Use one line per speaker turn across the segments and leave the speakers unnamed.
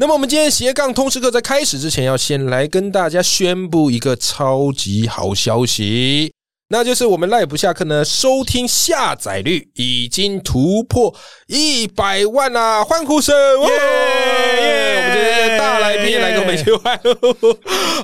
那么我们今天斜杠通识课在开始之前，要先来跟大家宣布一个超级好消息，那就是我们赖不下课呢，收听下载率已经突破一百万啦，欢呼声！耶耶！我们今天的大来宾来跟我们一起欢呼。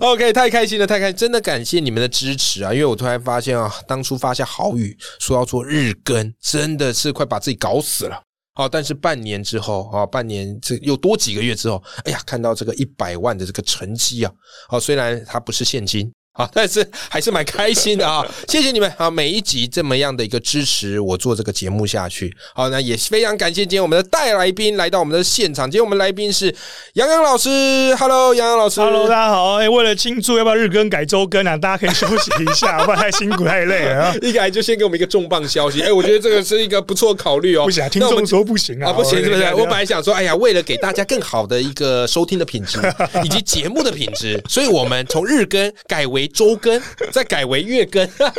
OK，太开心了，太开心！真的感谢你们的支持啊！因为我突然发现啊，当初发下豪语说要做日更，真的是快把自己搞死了。好，但是半年之后啊，半年这又多几个月之后，哎呀，看到这个一百万的这个成绩啊，好，虽然它不是现金。啊， 但是还是蛮开心的啊！ 谢谢你们啊，每一集这么样的一个支持，我做这个节目下去。好，那也非常感谢今天我们的带来宾来到我们的现场。今天我们来宾是杨洋老师，Hello，杨洋老师
Hello，大家好。哎、为了庆祝，要不要日更改周更啊？大家可以休息一 下，不然太辛苦太累了啊。
一来就先给我们一个重磅消息，哎、我觉得这个是一个不错的考虑哦。
不行、啊，听
那我
众
们
说不行啊，
啊，不行，是不是
对？对
我本来想说，哎呀，为了给大家更好的一个收听的品 质以及节目的品质，所以我们从日更改为周更，再改为月更，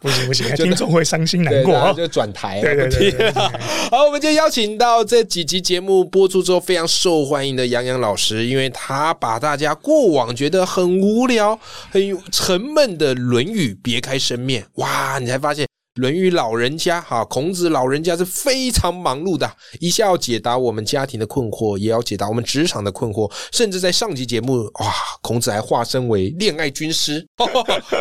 不行不行，听众会伤心难过
然后
啊。
就转台啊，
对对对对对对
好，我们就邀请到这几集节目播出之后非常受欢迎的杨洋老师，因为他把大家过往觉得很无聊、很沉闷的《论语》别开生面，哇，你才发现。《论语》老人家哈，孔子老人家是非常忙碌的，一下要解答我们家庭的困惑，也要解答我们职场的困惑，甚至在上集节目哇，孔子还化身为恋爱军师，哦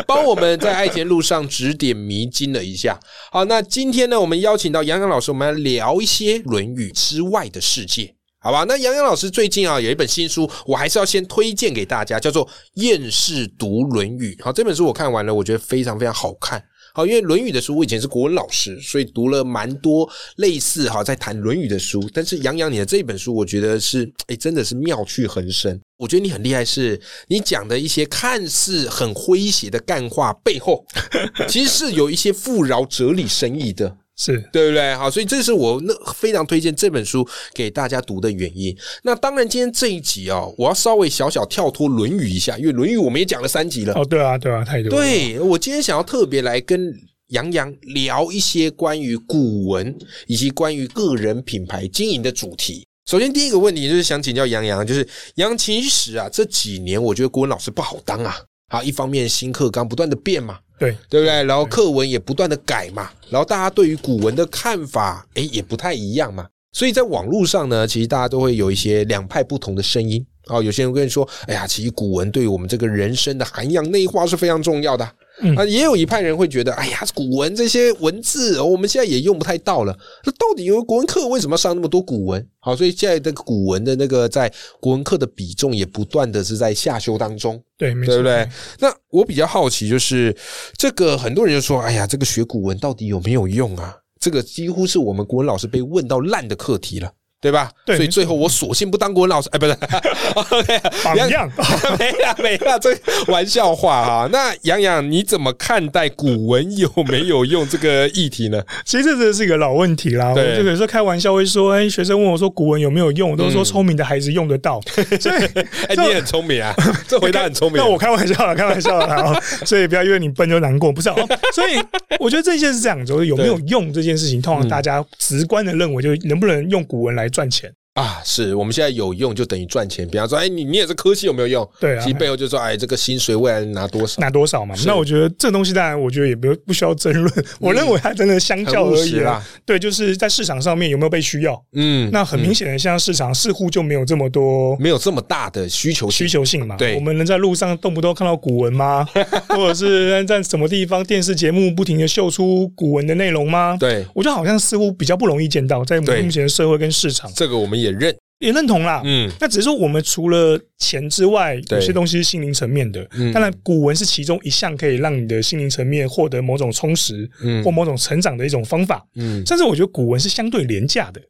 帮我们在爱情路上指点迷津了一下。好，那今天呢，我们邀请到杨洋老师，我们来聊一些《论语》之外的世界。好吧，那杨洋老师最近啊有一本新书，我还是要先推荐给大家，叫做《厌世读论语》。好，这本书我看完了，我觉得非常非常好看。好，因为《论语》的书我以前是国文老师，所以读了蛮多类似哈在谈《论语》的书。但是杨洋你的这本书，我觉得是哎、诶真的是妙趣横生。我觉得你很厉害是，你讲的一些看似很诙谐的干话背后， 其实是有一些富饶哲理深意的。
是
对不对？好，所以这是我那非常推荐这本书给大家读的原因。那当然，今天这一集哦，我要稍微小小跳脱《论语》一下，因为《论语》我们也讲了三集了。
哦，对啊，对啊，太多了。
对我今天想要特别来跟杨洋聊一些关于古文以及关于个人品牌经营的主题。首先，第一个问题就是想请教杨洋，就是杨其实啊，这几年我觉得国文老师不好当啊。啊，一方面新课纲不断的变嘛，
对，
对不对？然后课文也不断的改嘛，然后大家对于古文的看法，诶也不太一样嘛。所以在网络上呢，其实大家都会有一些两派不同的声音。哦，有些人跟你说，哎呀，其实古文对于我们这个人生的涵养内化是非常重要的。
嗯
啊，也有一派人会觉得，哎呀，古文这些文字、哦我们现在也用不太到了。那到底有国文课为什么要上那么多古文？好，所以现在的古文的那个在国文课的比重也不断的是在下修当中。
对，没错，
对不对？？那我比较好奇，就是这个很多人就说，哎呀，这个学古文到底有没有用啊？这个几乎是我们国文老师被问到烂的课题了。对吧？
对
所以
没错
最后我索性不当国文老师，哎，不是 ，OK，
榜样
没了没了，这玩笑话哈、那杨洋，你怎么看待古文有没有用这个议题 呢？
其实这真的是一个老问题啦。我
对
就有时候开玩笑会说，哎，学生问我说古文有没有用，我都说聪明的孩子用得 到。所以
哎，你很聪明 啊，这回答很聪明啊。
那我开玩笑了，开玩笑了，好所以不要因为你笨就难过，不是、哦？所以我觉得这件事是这样子，就是有没有用这件事情，通常大家直观的认为，就是能不能用古文来赚钱。
啊，是我们现在有用就等于赚钱。比方说，哎，你你也是科系有没有用？
对啊
其实背后就说，哎，这个薪水未来拿多少？
拿多少嘛
是？嗯
那我觉得这东西当然，我觉得也不不需要争论。我认为它真的相较而
很务实
言，
啦
对，就是在市场上面有没有被需要？
嗯
那很明显的，现在市场似乎就没有这么多
没有这么大的需求性
需求性嘛。
对
我们能在路上动不动看到古 文吗？或者是在什么地方电视节目不停的秀出古文的内容吗？
对，
我觉得好像似乎比较不容易见到，在
对
目前的社会跟市场
这个我们也认。
也认同啦。
嗯，
那只是说，我们除了钱之外，
对
有些东西是心灵层面的。
嗯
当然，古文是其中一项可以让你的心灵层面获得某种充实
嗯
或某种成长的一种方法。
嗯
甚至我觉得古文是相对廉价的，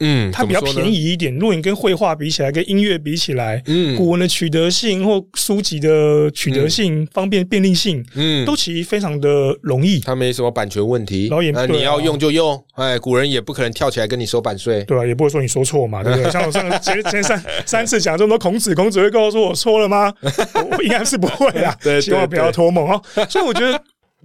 嗯，
它比较
怎么说呢
便宜一点。如果你跟绘画比起来，跟音乐比起来，
嗯
古文的取得性或书籍的取得性、方便便利性，
嗯，
都其实非常的容易，
它没什么版权问题，
然后也
那
对啊
你要用就用，哎，古人也不可能跳起来跟你收版税。
对吧、啊也不会说你说错嘛，对不对？ 像我上次前前三三次讲这么多孔子，孔子会跟我说我错 了吗？我我应该是不会啦，
对对
希望不要
对
托梦哦。所以我觉得。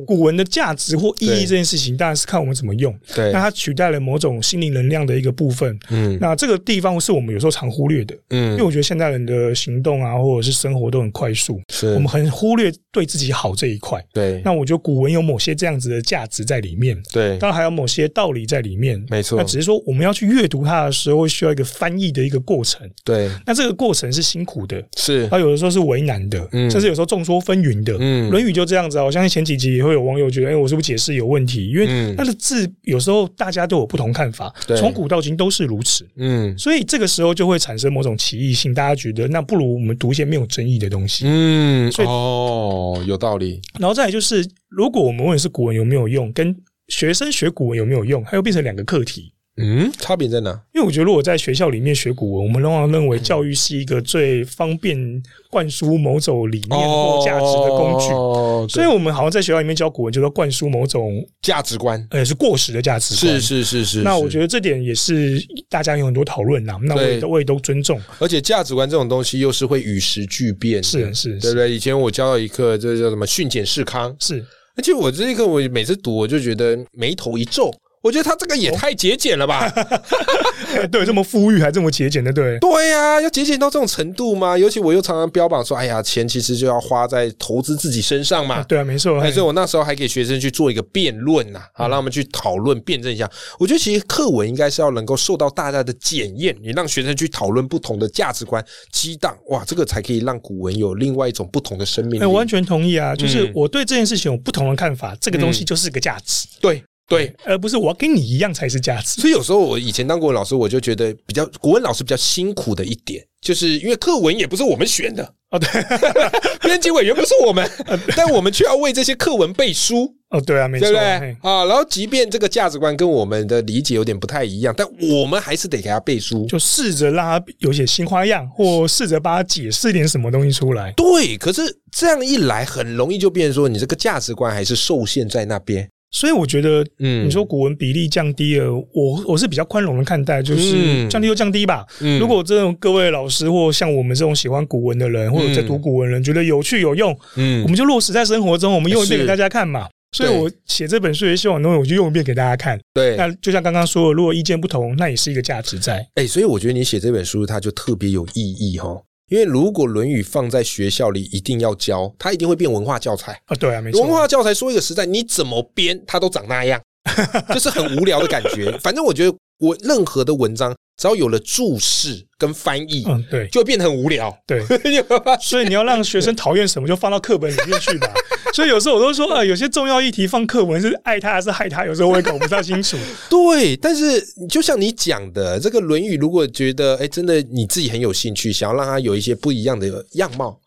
古文的价值或意
对
义这件事情，当然是看我们怎么用。
对
那，它取代了某种心灵能量的一个部分。
嗯
那这个地方是我们有时候常忽略的，因为
嗯，
我觉得现代人的行动啊，或者是生活都很快速，
是
我们很忽略对自己好这一块。
对
那我觉得古文有某些这样子的价值在里面，
对
当然还有某些道理在里面。
没错
那只是说我们要去阅读它的时候，需要一个翻译的一个过程。
对
那这个过程是辛苦的，
是
它有的时候是为难的，
嗯
甚至有时候众说纷纭的。
嗯
论语》就这样子啊，我相信前几集也会有网友觉得，哎、我是不是解释有问题？因为
嗯
它的字有时候大家都有不同看法，
对
从古到今都是如此。
嗯
所以这个时候就会产生某种歧义性，大家觉得那不如我们读一些没有争议的东西。
嗯
所以
哦，有道理，
然后再来就是，如果我们问是古文有没有用，跟学生学古文有没有用，它又变成两个课题。
嗯，差别在哪？
因为我觉得，如果在学校里面学古文，我们通常认为教育是一个最方便灌输某种理念或价值的工具，
哦，对
所以我们好像在学校里面教古文，就说灌输某种
价值观
呃是过时的价值观。
是是是是。
那我觉
得，
得这点也是大家有很多讨论呐，那我也
对
都我也都尊重，
而且价值观这种东西又是会与时俱变的，
是是
对不
是
对？以前我教了一课，这叫什么“训俭释康”，
是，
而且我这个我每次读，我就觉得眉头一皱，我觉得他这个也太节俭了 吧？
对，这么富裕还这么节俭的，对，
对啊呀、要节俭到这种程度吗？尤其我又常常标榜说，哎呀，钱其实就要花在投资自己身上嘛。
对啊，没错，
哎，所以我那时候还给学生去做一个辩论
嗯
呐，好，让我们去讨论辩证一下。我觉得其实课文应该是要能够受到大家的检验，你让学生去讨论不同的价值观，激荡，哇，这个才可以让古文有另外一种不同的生命
哎，我完
力。
全同意啊，就是
嗯
我对这件事情有不同的看法，这个东西
嗯
就是个价值，
对对，
而不是我要跟你一样才是价值。
所以有时候我以前当国文老师，我就觉得比较国文老师比较辛苦的一点，就是因为课文也不是我们选的，
哦，对，
编辑委员不是 我们，但我们却要为这些课文背书，
哦，对啊，没错，
对不对
嘿
啊？然后即便这个价值观跟我们的理解有点不太一样，但
嗯
我们还是得给他背书。
就试着让他有些新花样，或试着帮他解释点什么东西出来。
对，可是这样一来，很容易就变成说你这个价值观还是受限在那边。
所以我觉得，
嗯
你说古文比例降低了，我我是比较宽容的看待，就是
嗯
降低就降低吧。
嗯
如果这种各位老师或像我们这种喜欢古文的人，或者在读古文的人觉得有趣有用，
嗯
我们就落实在生活中，我们用一遍
是
给大家看嘛。所以
对
我写这本书也希望能够我就用一遍给大家看。
对，
那就像刚刚说的，如果意见不同，那也是一个价值在。
哎、所以我觉得你写这本书，它就特别有意义哈。因为如果《论语》放在学校里，一定要教，它一定会变文化教材。
啊，对啊，没错。
文化教材说一个实在，你怎么编它都长那 样，就是很无聊的感觉。反正我觉得我任何的文章，只要有了注释跟翻译，
嗯，对
就会变得很无聊。
对。
你有没有发现
所以你要让学生讨厌什么，就放到课本里面去 吧。所以有时候我都说，呃，有些重要议题放课文是爱他还是害他，有时候我也搞不太清楚。
对，但是就像你讲的，这个《论语》如果觉得哎，真的你自己很有兴趣，想要让它有一些不一样的样貌，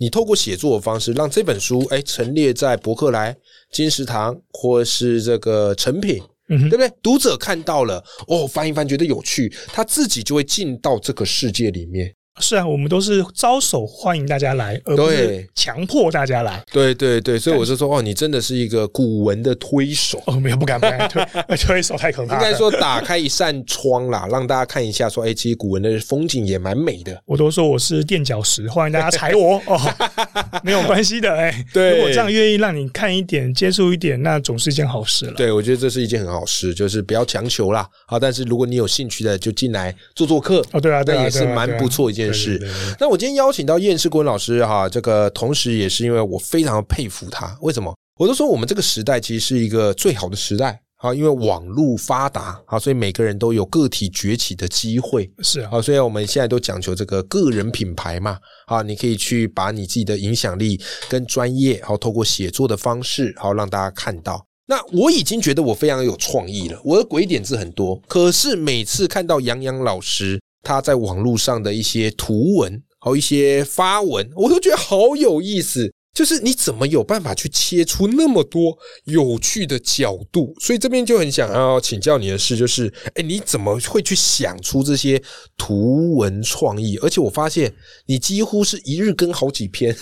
你透过写作的方式，让这本书哎陈列在博客来、金石堂或是这个成 品，
嗯哼
对不对？读者看到了哦，翻一翻觉得有趣，他自己就会进到这个世界里面。
是啊，我们都是招手欢迎大家来，而不是
对
强迫大家来。
对对对，所以我是说哦，你真的是一个古文的推手。
哦，没有，不敢，不敢推推手太可怕
应
了。
该，说打开一扇窗 啦，让大家看一下说，哎，其实古文的风景也蛮美的。
我都说我是垫脚石，欢迎大家踩我哦， 没有关系的哎、
对
如果这样愿意让你看一点、接触一点，那总是一件好事了。
对，我觉得这是一件很好事，就是不要强求啦。好，但是如果你有兴趣的，就进来做做客，
哦，对啊，对啊，
那也是
对啊
蛮
对啊
不错一件
对
事
对对对对。
那我今天邀请到燕世国文老师哈，这个同时也是因为我非常佩服他，为什么？我都说我们这个时代其实是一个最好的时代啊，因为网络发达啊，所以每个人都有个体崛起的机会。
是啊，
好，所以我们现在都讲求这个个人品牌嘛，啊，你可以去把你自己的影响力跟专业，好，透过写作的方式，好让大家看到。那我已经觉得我非常有创意了，我的鬼点子很多，可是每次看到杨洋老师他在网络上的一些图文，还有一些发文，我都觉得好有意思。就是你怎么有办法去切出那么多有趣的角度？所以这边就很想要请教你的事，就是哎，你怎么会去想出这些图文创意？而且我发现你几乎是一日更好几篇。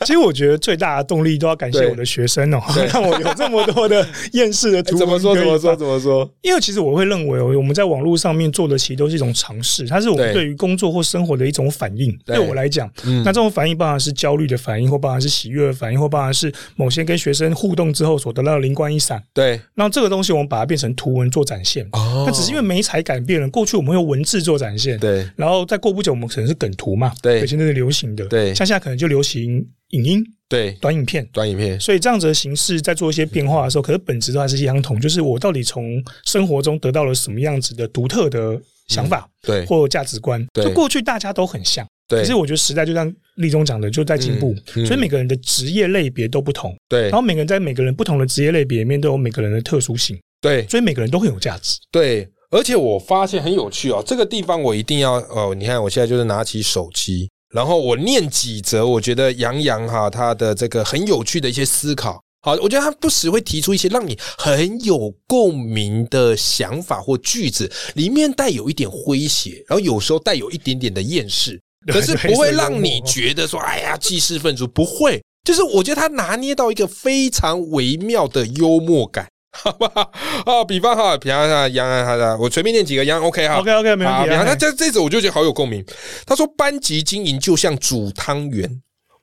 其实我觉得最大的动力都要感谢我的学生哦、喔， 让我有这么 多的 厌世的图
哎文。怎么说？怎么说？怎么说？
因为其实我会认为，哦我们在网络上面做的其实都是一种尝试，它是我们对于工作或生活的一种反应。对我来讲，
嗯
那这种反应包含是焦虑的反应，或包含是喜悦的反应，或包含是某些跟学生互动之后所得到的灵光一闪。
对，
那这个东西我们把它变成图文做展现。哦，那只是因为媒材改变了，过去我们用文字做展现。
对，
然后再过不久，我们可能是梗图嘛。
对，
以前那是流行的。
对，
像现在可能就流行。影音
对
短影片，
短影片，
所以这样子的形式在做一些变化的时候，可是本质都还是相同，就是我到底从生活中得到了什么样子的独特的想法，
嗯对，
或价值观，
对，
就过去大家都很像，
对，嗯
可是我觉得时代就像立中讲的，就在进步，所以每个人的职业类别都不同，
对，
然后每个人在每个人不同的职业类别里面都有每个人的特殊性，
对，
所以每个人都很有价值，
对。而且我发现很有趣哦，这个地方我一定要哦，你看我现在就是拿起手机。然后我念几则，我觉得杨洋哈他的这个很有趣的一些思考，好，我觉得他不时会提出一些让你很有共鸣的想法或句子，里面带有一点诙谐，然后有时候带有一点点的厌世， 可是不会让你觉得说哎呀记事愤足，不会，就是我觉得他拿捏到一个非常微妙的幽默感。 好不好？啊，比方哈，比方哈，杨安哈的，我随便念几个杨 OK 哈
，OK OK 没问题。
那这这次我就觉得好有共鸣。他说，班级经营就像煮汤圆，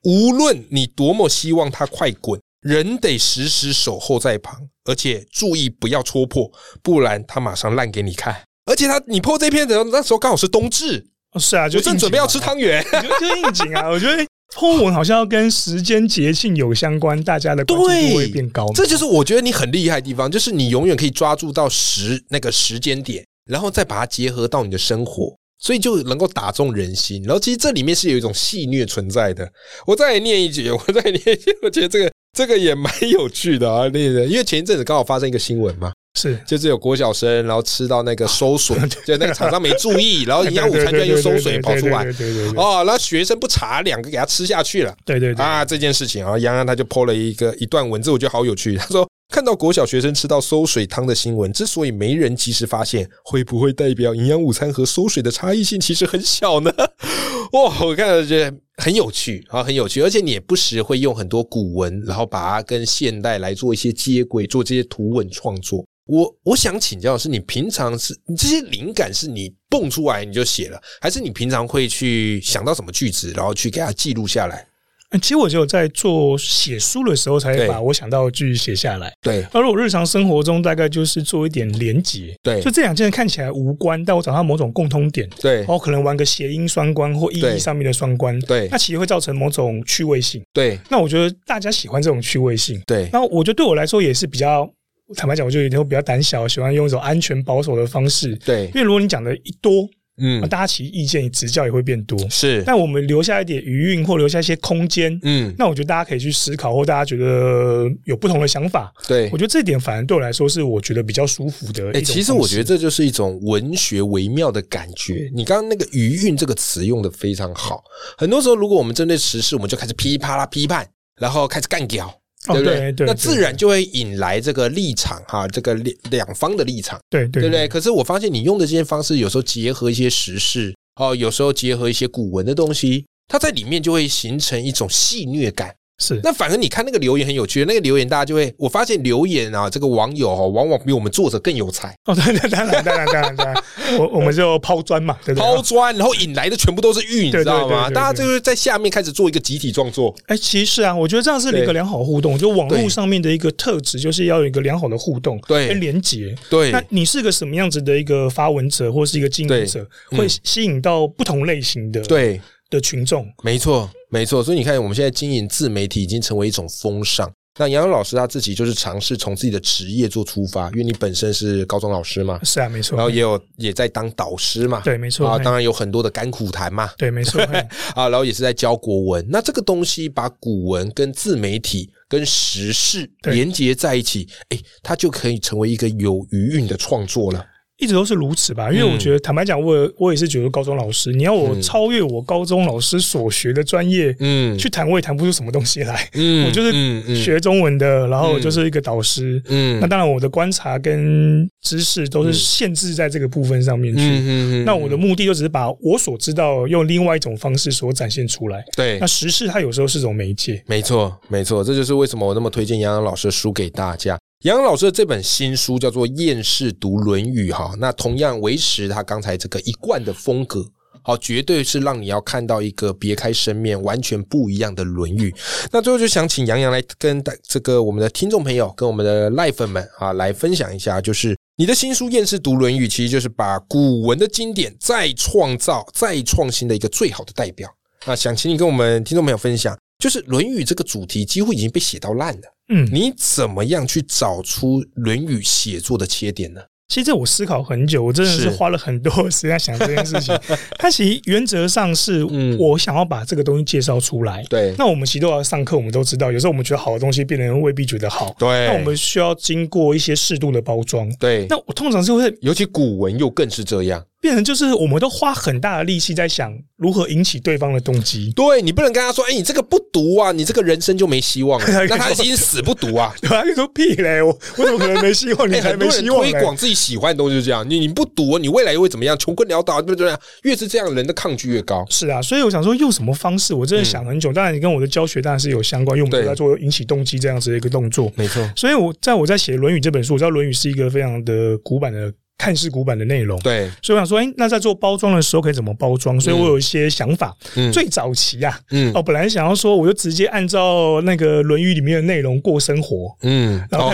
无论你多么希望它快滚，人得时时守候在旁，而且注意不要戳破，不然它马上烂给你看。而且他，你破这篇的那时候刚好是冬至，
哦、是啊，就
我正准备要吃汤圆，
就应景啊，我觉得。碰文好像要跟时间节庆有相关，大家的关注度会变高。
这就是我觉得你很厉害的地方，就是你永远可以抓住到时那个时间点，然后再把它结合到你的生活，所以就能够打中人心。然后其实这里面是有一种戏谑存在的。我再念一句，我再念一句，我觉得这个这个也蛮有趣的啊。那个，因为前一阵子刚好发生一个新闻嘛。
是，
就是有国小生，然后吃到那个馊水，就那个厂商没注意，
哎
然后营养午餐居然用馊水跑出来，哦，然后学生不查，两个给他吃下去了，
对对
啊，这件事情啊，洋洋他就 PO 了一个一段文字，我觉得好有趣，他 说看到国小学生吃到馊水汤的新闻，之所以没人及时发现，会不会代表营养午餐和馊水的差异性其实很小呢？ 哇，我看了觉得。很有趣啊，很有趣，而且你也不时会用很多古文，然后把它跟现代来做一些接轨，做这些图文创作。我我想请教的是，你平常是你这些灵感是你蹦出来你就写了，还是你平常会去想到什么句子，然后去给它记录下来？
嗯其实我只有在做写书的时候，才把我想到的句写下来。
对，
而我日常生活中大概就是做一点连结。
对，
就这两件看起来无关，但我找到某种共通点。
对，
然后可能玩个谐音双关或意义上面的双关。
对，
那其实会造成某种趣味性。
对，
那我觉得大家喜欢这种趣味性。
对，
那我觉得对我来说也是比较。坦白讲，我就有点比较胆小，喜欢用一种安全保守的方式。
对，
因为如果你讲的一多。
嗯，
大家其实意见指教也会变多，
是。
但我们留下一点余韵，或留下一些空间，
嗯，
那我觉得大家可以去思考，或大家觉得有不同的想法，
对
我觉得这点反而对我来说是我觉得比较舒服的。哎、欸，
其实我觉得这就是一种文学微妙的感觉。你刚刚那个“余韵”这个词用的非常好。很多时候，如果我们针对时事，我们就开始噼啪啦批判，然后开始干掉。对不对？
哦、对对对
那自然就会引来这个立场哈，这个两两方的立场，
对对
对不对？可是我发现你用的这些方式，有时候结合一些时事，哦，有时候结合一些古文的东西，它在里面就会形成一种戏谑感。
是，
那反而你看那个留言很有趣，那个留言大家就会，我发现留言啊，这个网友哦，往往比我们作者更有才。
哦，对对，当然当然当然当然，我我们就抛砖嘛，对不对？啊
抛砖，然后引来的全部都是玉，你知道吗？
对对对
大家就是在下面开始做一个集体创作。
哎，其实啊，我觉得这样是一个良好互动，就网络上面的一个特质，就是要有一个良好的互动，
对，
跟连接。
对，
那你是个什么样子的一个发文者，或是一个经营者，
嗯
会吸引到不同类型的
对。
的群众？
没错，没错。所以你看，我们现在经营自媒体已经成为一种风尚。那杨洋老师他自己就是尝试从自己的职业做出发，因为你本身是高中老师嘛，
是啊，没错。
然后也有也在当导师嘛，
对，没错。
啊，
嘿
当然有很多的甘苦谈嘛，
对，没错。 嘿
啊，然后也是在教国文。那这个东西把古文跟自媒体跟时事
对
哎连接在一起，诶，它就可以成为一个有余韵的创作了。
一直都是如此
嗯
吧。因为我觉得，坦白讲，我我也是觉得高中老师，你要我超越我高中老师所学的专业，嗯，去谈我也谈不出什么东西来。嗯，我就是学中文的，然
嗯
后我就是一个导师。嗯，那当然我的观察跟知识都是限制在这个部分上面去。嗯嗯。那我的目的就只是把我所知道用另外一种方式所展现出来。
对。
那时事它有时候是种媒介。
没错，没错，这就是为什么我那么推荐杨洋老师的书给大家。杨洋老师的这本新书叫做《厌世读论语》哈，那同样维持他刚才这个一贯的风格，好，绝对是让你要看到一个别开生面、完全不一样的《论语》。那最后就想请杨洋来跟这个我们的听众朋友、跟我们的赖粉们啊来分享一下，就是你的新书《厌世读论语》，其实就是把古文的经典再创造、再创新的一个最好的代表啊。想请你跟我们听众朋友分享，就是《论语》这个主题几乎已经被写到烂了。嗯，你怎么样去找出《论语》写作的切点呢？
其实这我思考很久，我真的是花了很多时间想这件事 情。它其实原则上是我想要把这个东西介绍出来。
对、嗯，
那我们其实都要上课，我们都知道，有时候我们觉得好的东西，别人未必觉得好。
对，
那我们需要经过一些适度的包装。
对，
那我通常是会，
尤其古文又更是这样。
变成就是我们都花很大的力气在想如何引起对方的动机。
对你不能跟他说：“哎、欸，你这个不读啊，你这个人生就没希望了。” 那他已经死不读啊！
对啊，你说屁嘞！我我怎么可能 没希望？ 你才没希望、
欸！推广自己喜欢的东西就这样，你你不读，你未来会怎么样？穷困潦倒，对不对？越是这样，人的抗拒越高。
是啊，所以我想说，用什么方式？我真的想很久。嗯、当然，你跟我的教学当然是有相关，因为我们在做引起动机这样子的一个动作。
没错。
所以我在我在写《论语》这本书，我知道《论语》是一个非常的古板的。看似古板的内容，
对，嗯
所以我想说，哎、欸，那在做包装的时候可以怎么包装？所以我有一些想法。嗯、最早期呀、啊，嗯，哦，本来想要说，我就直接按照那个《论语》里面的内容过生活，嗯，然后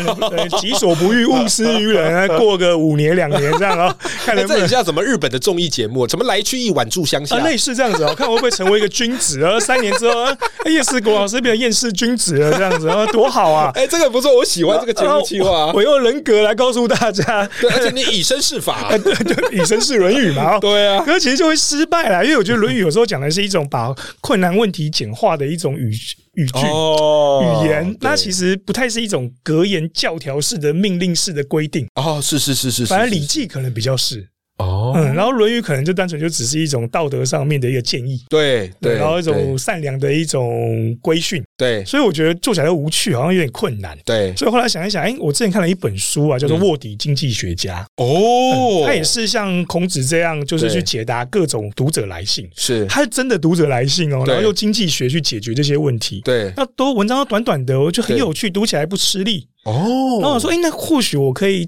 己所不欲，勿施于人，哎过个五年两年这样啊、哦，看能不能、欸、
像什么日本的综艺节目，什么来去一碗住乡下、
啊，类似这样子哦，看我会不会成为一个君子啊？三年之后，哎叶世国老师变成厌世君子了，这样子啊，多好啊！
哎、欸，这个不错，我喜欢这个节目计划、啊。
我用人格来告诉大家，
对，而且你以身。身试 法，
对对，以身试《论语》嘛，
哎
哦
对啊，
可是其实就会失败啦，因为我觉得《论语》有时候讲的是一种把困难问题简化的一种语语句、
哦、
语言，那其实不太是一种格言教条式的命令式的规定。
哦，是是是是,是，
反正《礼记》可能比较是。
哦，
嗯，然后《论语》可能就单纯就只是一种道德上面的一个建议，
对对，
然后一种善良的一种规训，
对，
所以我觉得做起来无趣，好像有点困难，
对，
所以后来想一想，哎，我之前看了一本书啊，叫做《卧底经济学家》，
嗯
嗯
哦，
他也是像孔子这样，就是去解答各种读者来信，
是，
他是真的读者来信哦，然后用经济学去解决这些问题，
对，
那都文章都短短的，我哦就很有趣，读起来不吃力，
哦，
然后我说，哎，那或许我可以。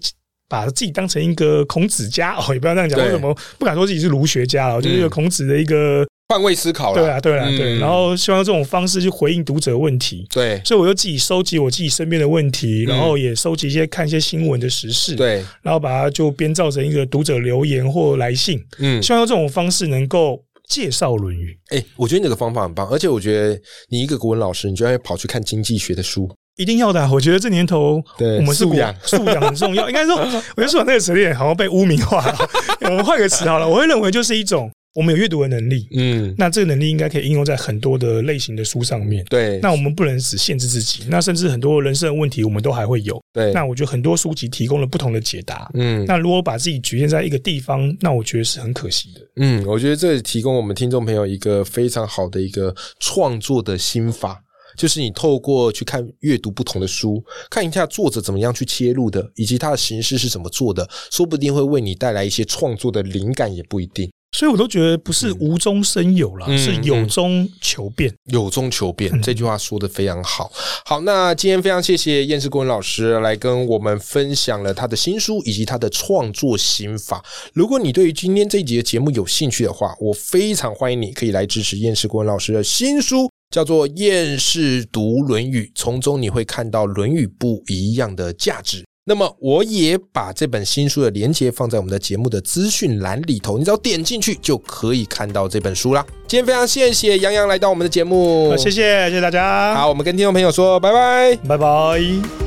把自己当成一个孔子家哦， 也不要这样讲。为什么不敢说自己是儒学家
嗯
了？就是一个孔子的一个
换位思考
对啊，对啊，对。
嗯
然后希望用这种方式去回应读者问题。
对，
所以我就自己收集我自己身边的问题，然后也收集一些看一些新闻的时事。
嗯对，
然后把它就编造成一个读者留言或来信。嗯，希望用这种方式能够。介绍《论语》
哎、欸，我觉得你这个方法很棒，而且我觉得你一个国文老师，你居然跑去看经济学的书，
一定要的、啊。我觉得这年头，
对
我们是
素养，
素养很 重要。应该说，我就说那个词典好像被污名化了。我们换个词好了，我会认为就是一种我们有阅读的能力。嗯，那这个能力应该可以应用在很多的类型的书上面。
对，
那我们不能只限制自己，那甚至很多人生的问题我们都还会有。
对，
那我觉得很多书籍提供了不同的解答。嗯，那如果把自己局限在一个地方，那我觉得是很可惜的。
嗯，我觉得这提供我们听众朋友一个非常好的一个创作的心法，就是你透过去看阅读不同的书，看一下作者怎么样去切入的，以及他的形式是怎么做的，说不定会为你带来一些创作的灵感，也不一定。
所以，我都觉得不是无中生有啦，嗯、是有中求变。
有中求变、嗯、这句话说的非常好。好，那今天非常谢谢燕世国文老师来跟我们分享了他的新书以及他的创作心法。如果你对于今天这一集的节目有兴趣的话，我非常欢迎你可以来支持燕世国文老师的新书。叫做厌世读《论语》，从中你会看到《论语》不一样的价值。那么，我也把这本新书的链接放在我们的节目的资讯栏里头，你只要点进去就可以看到这本书啦。今天非常谢谢杨洋来到我们的节目，
谢谢谢谢大家。
好，我们跟听众朋友说拜拜，
拜拜。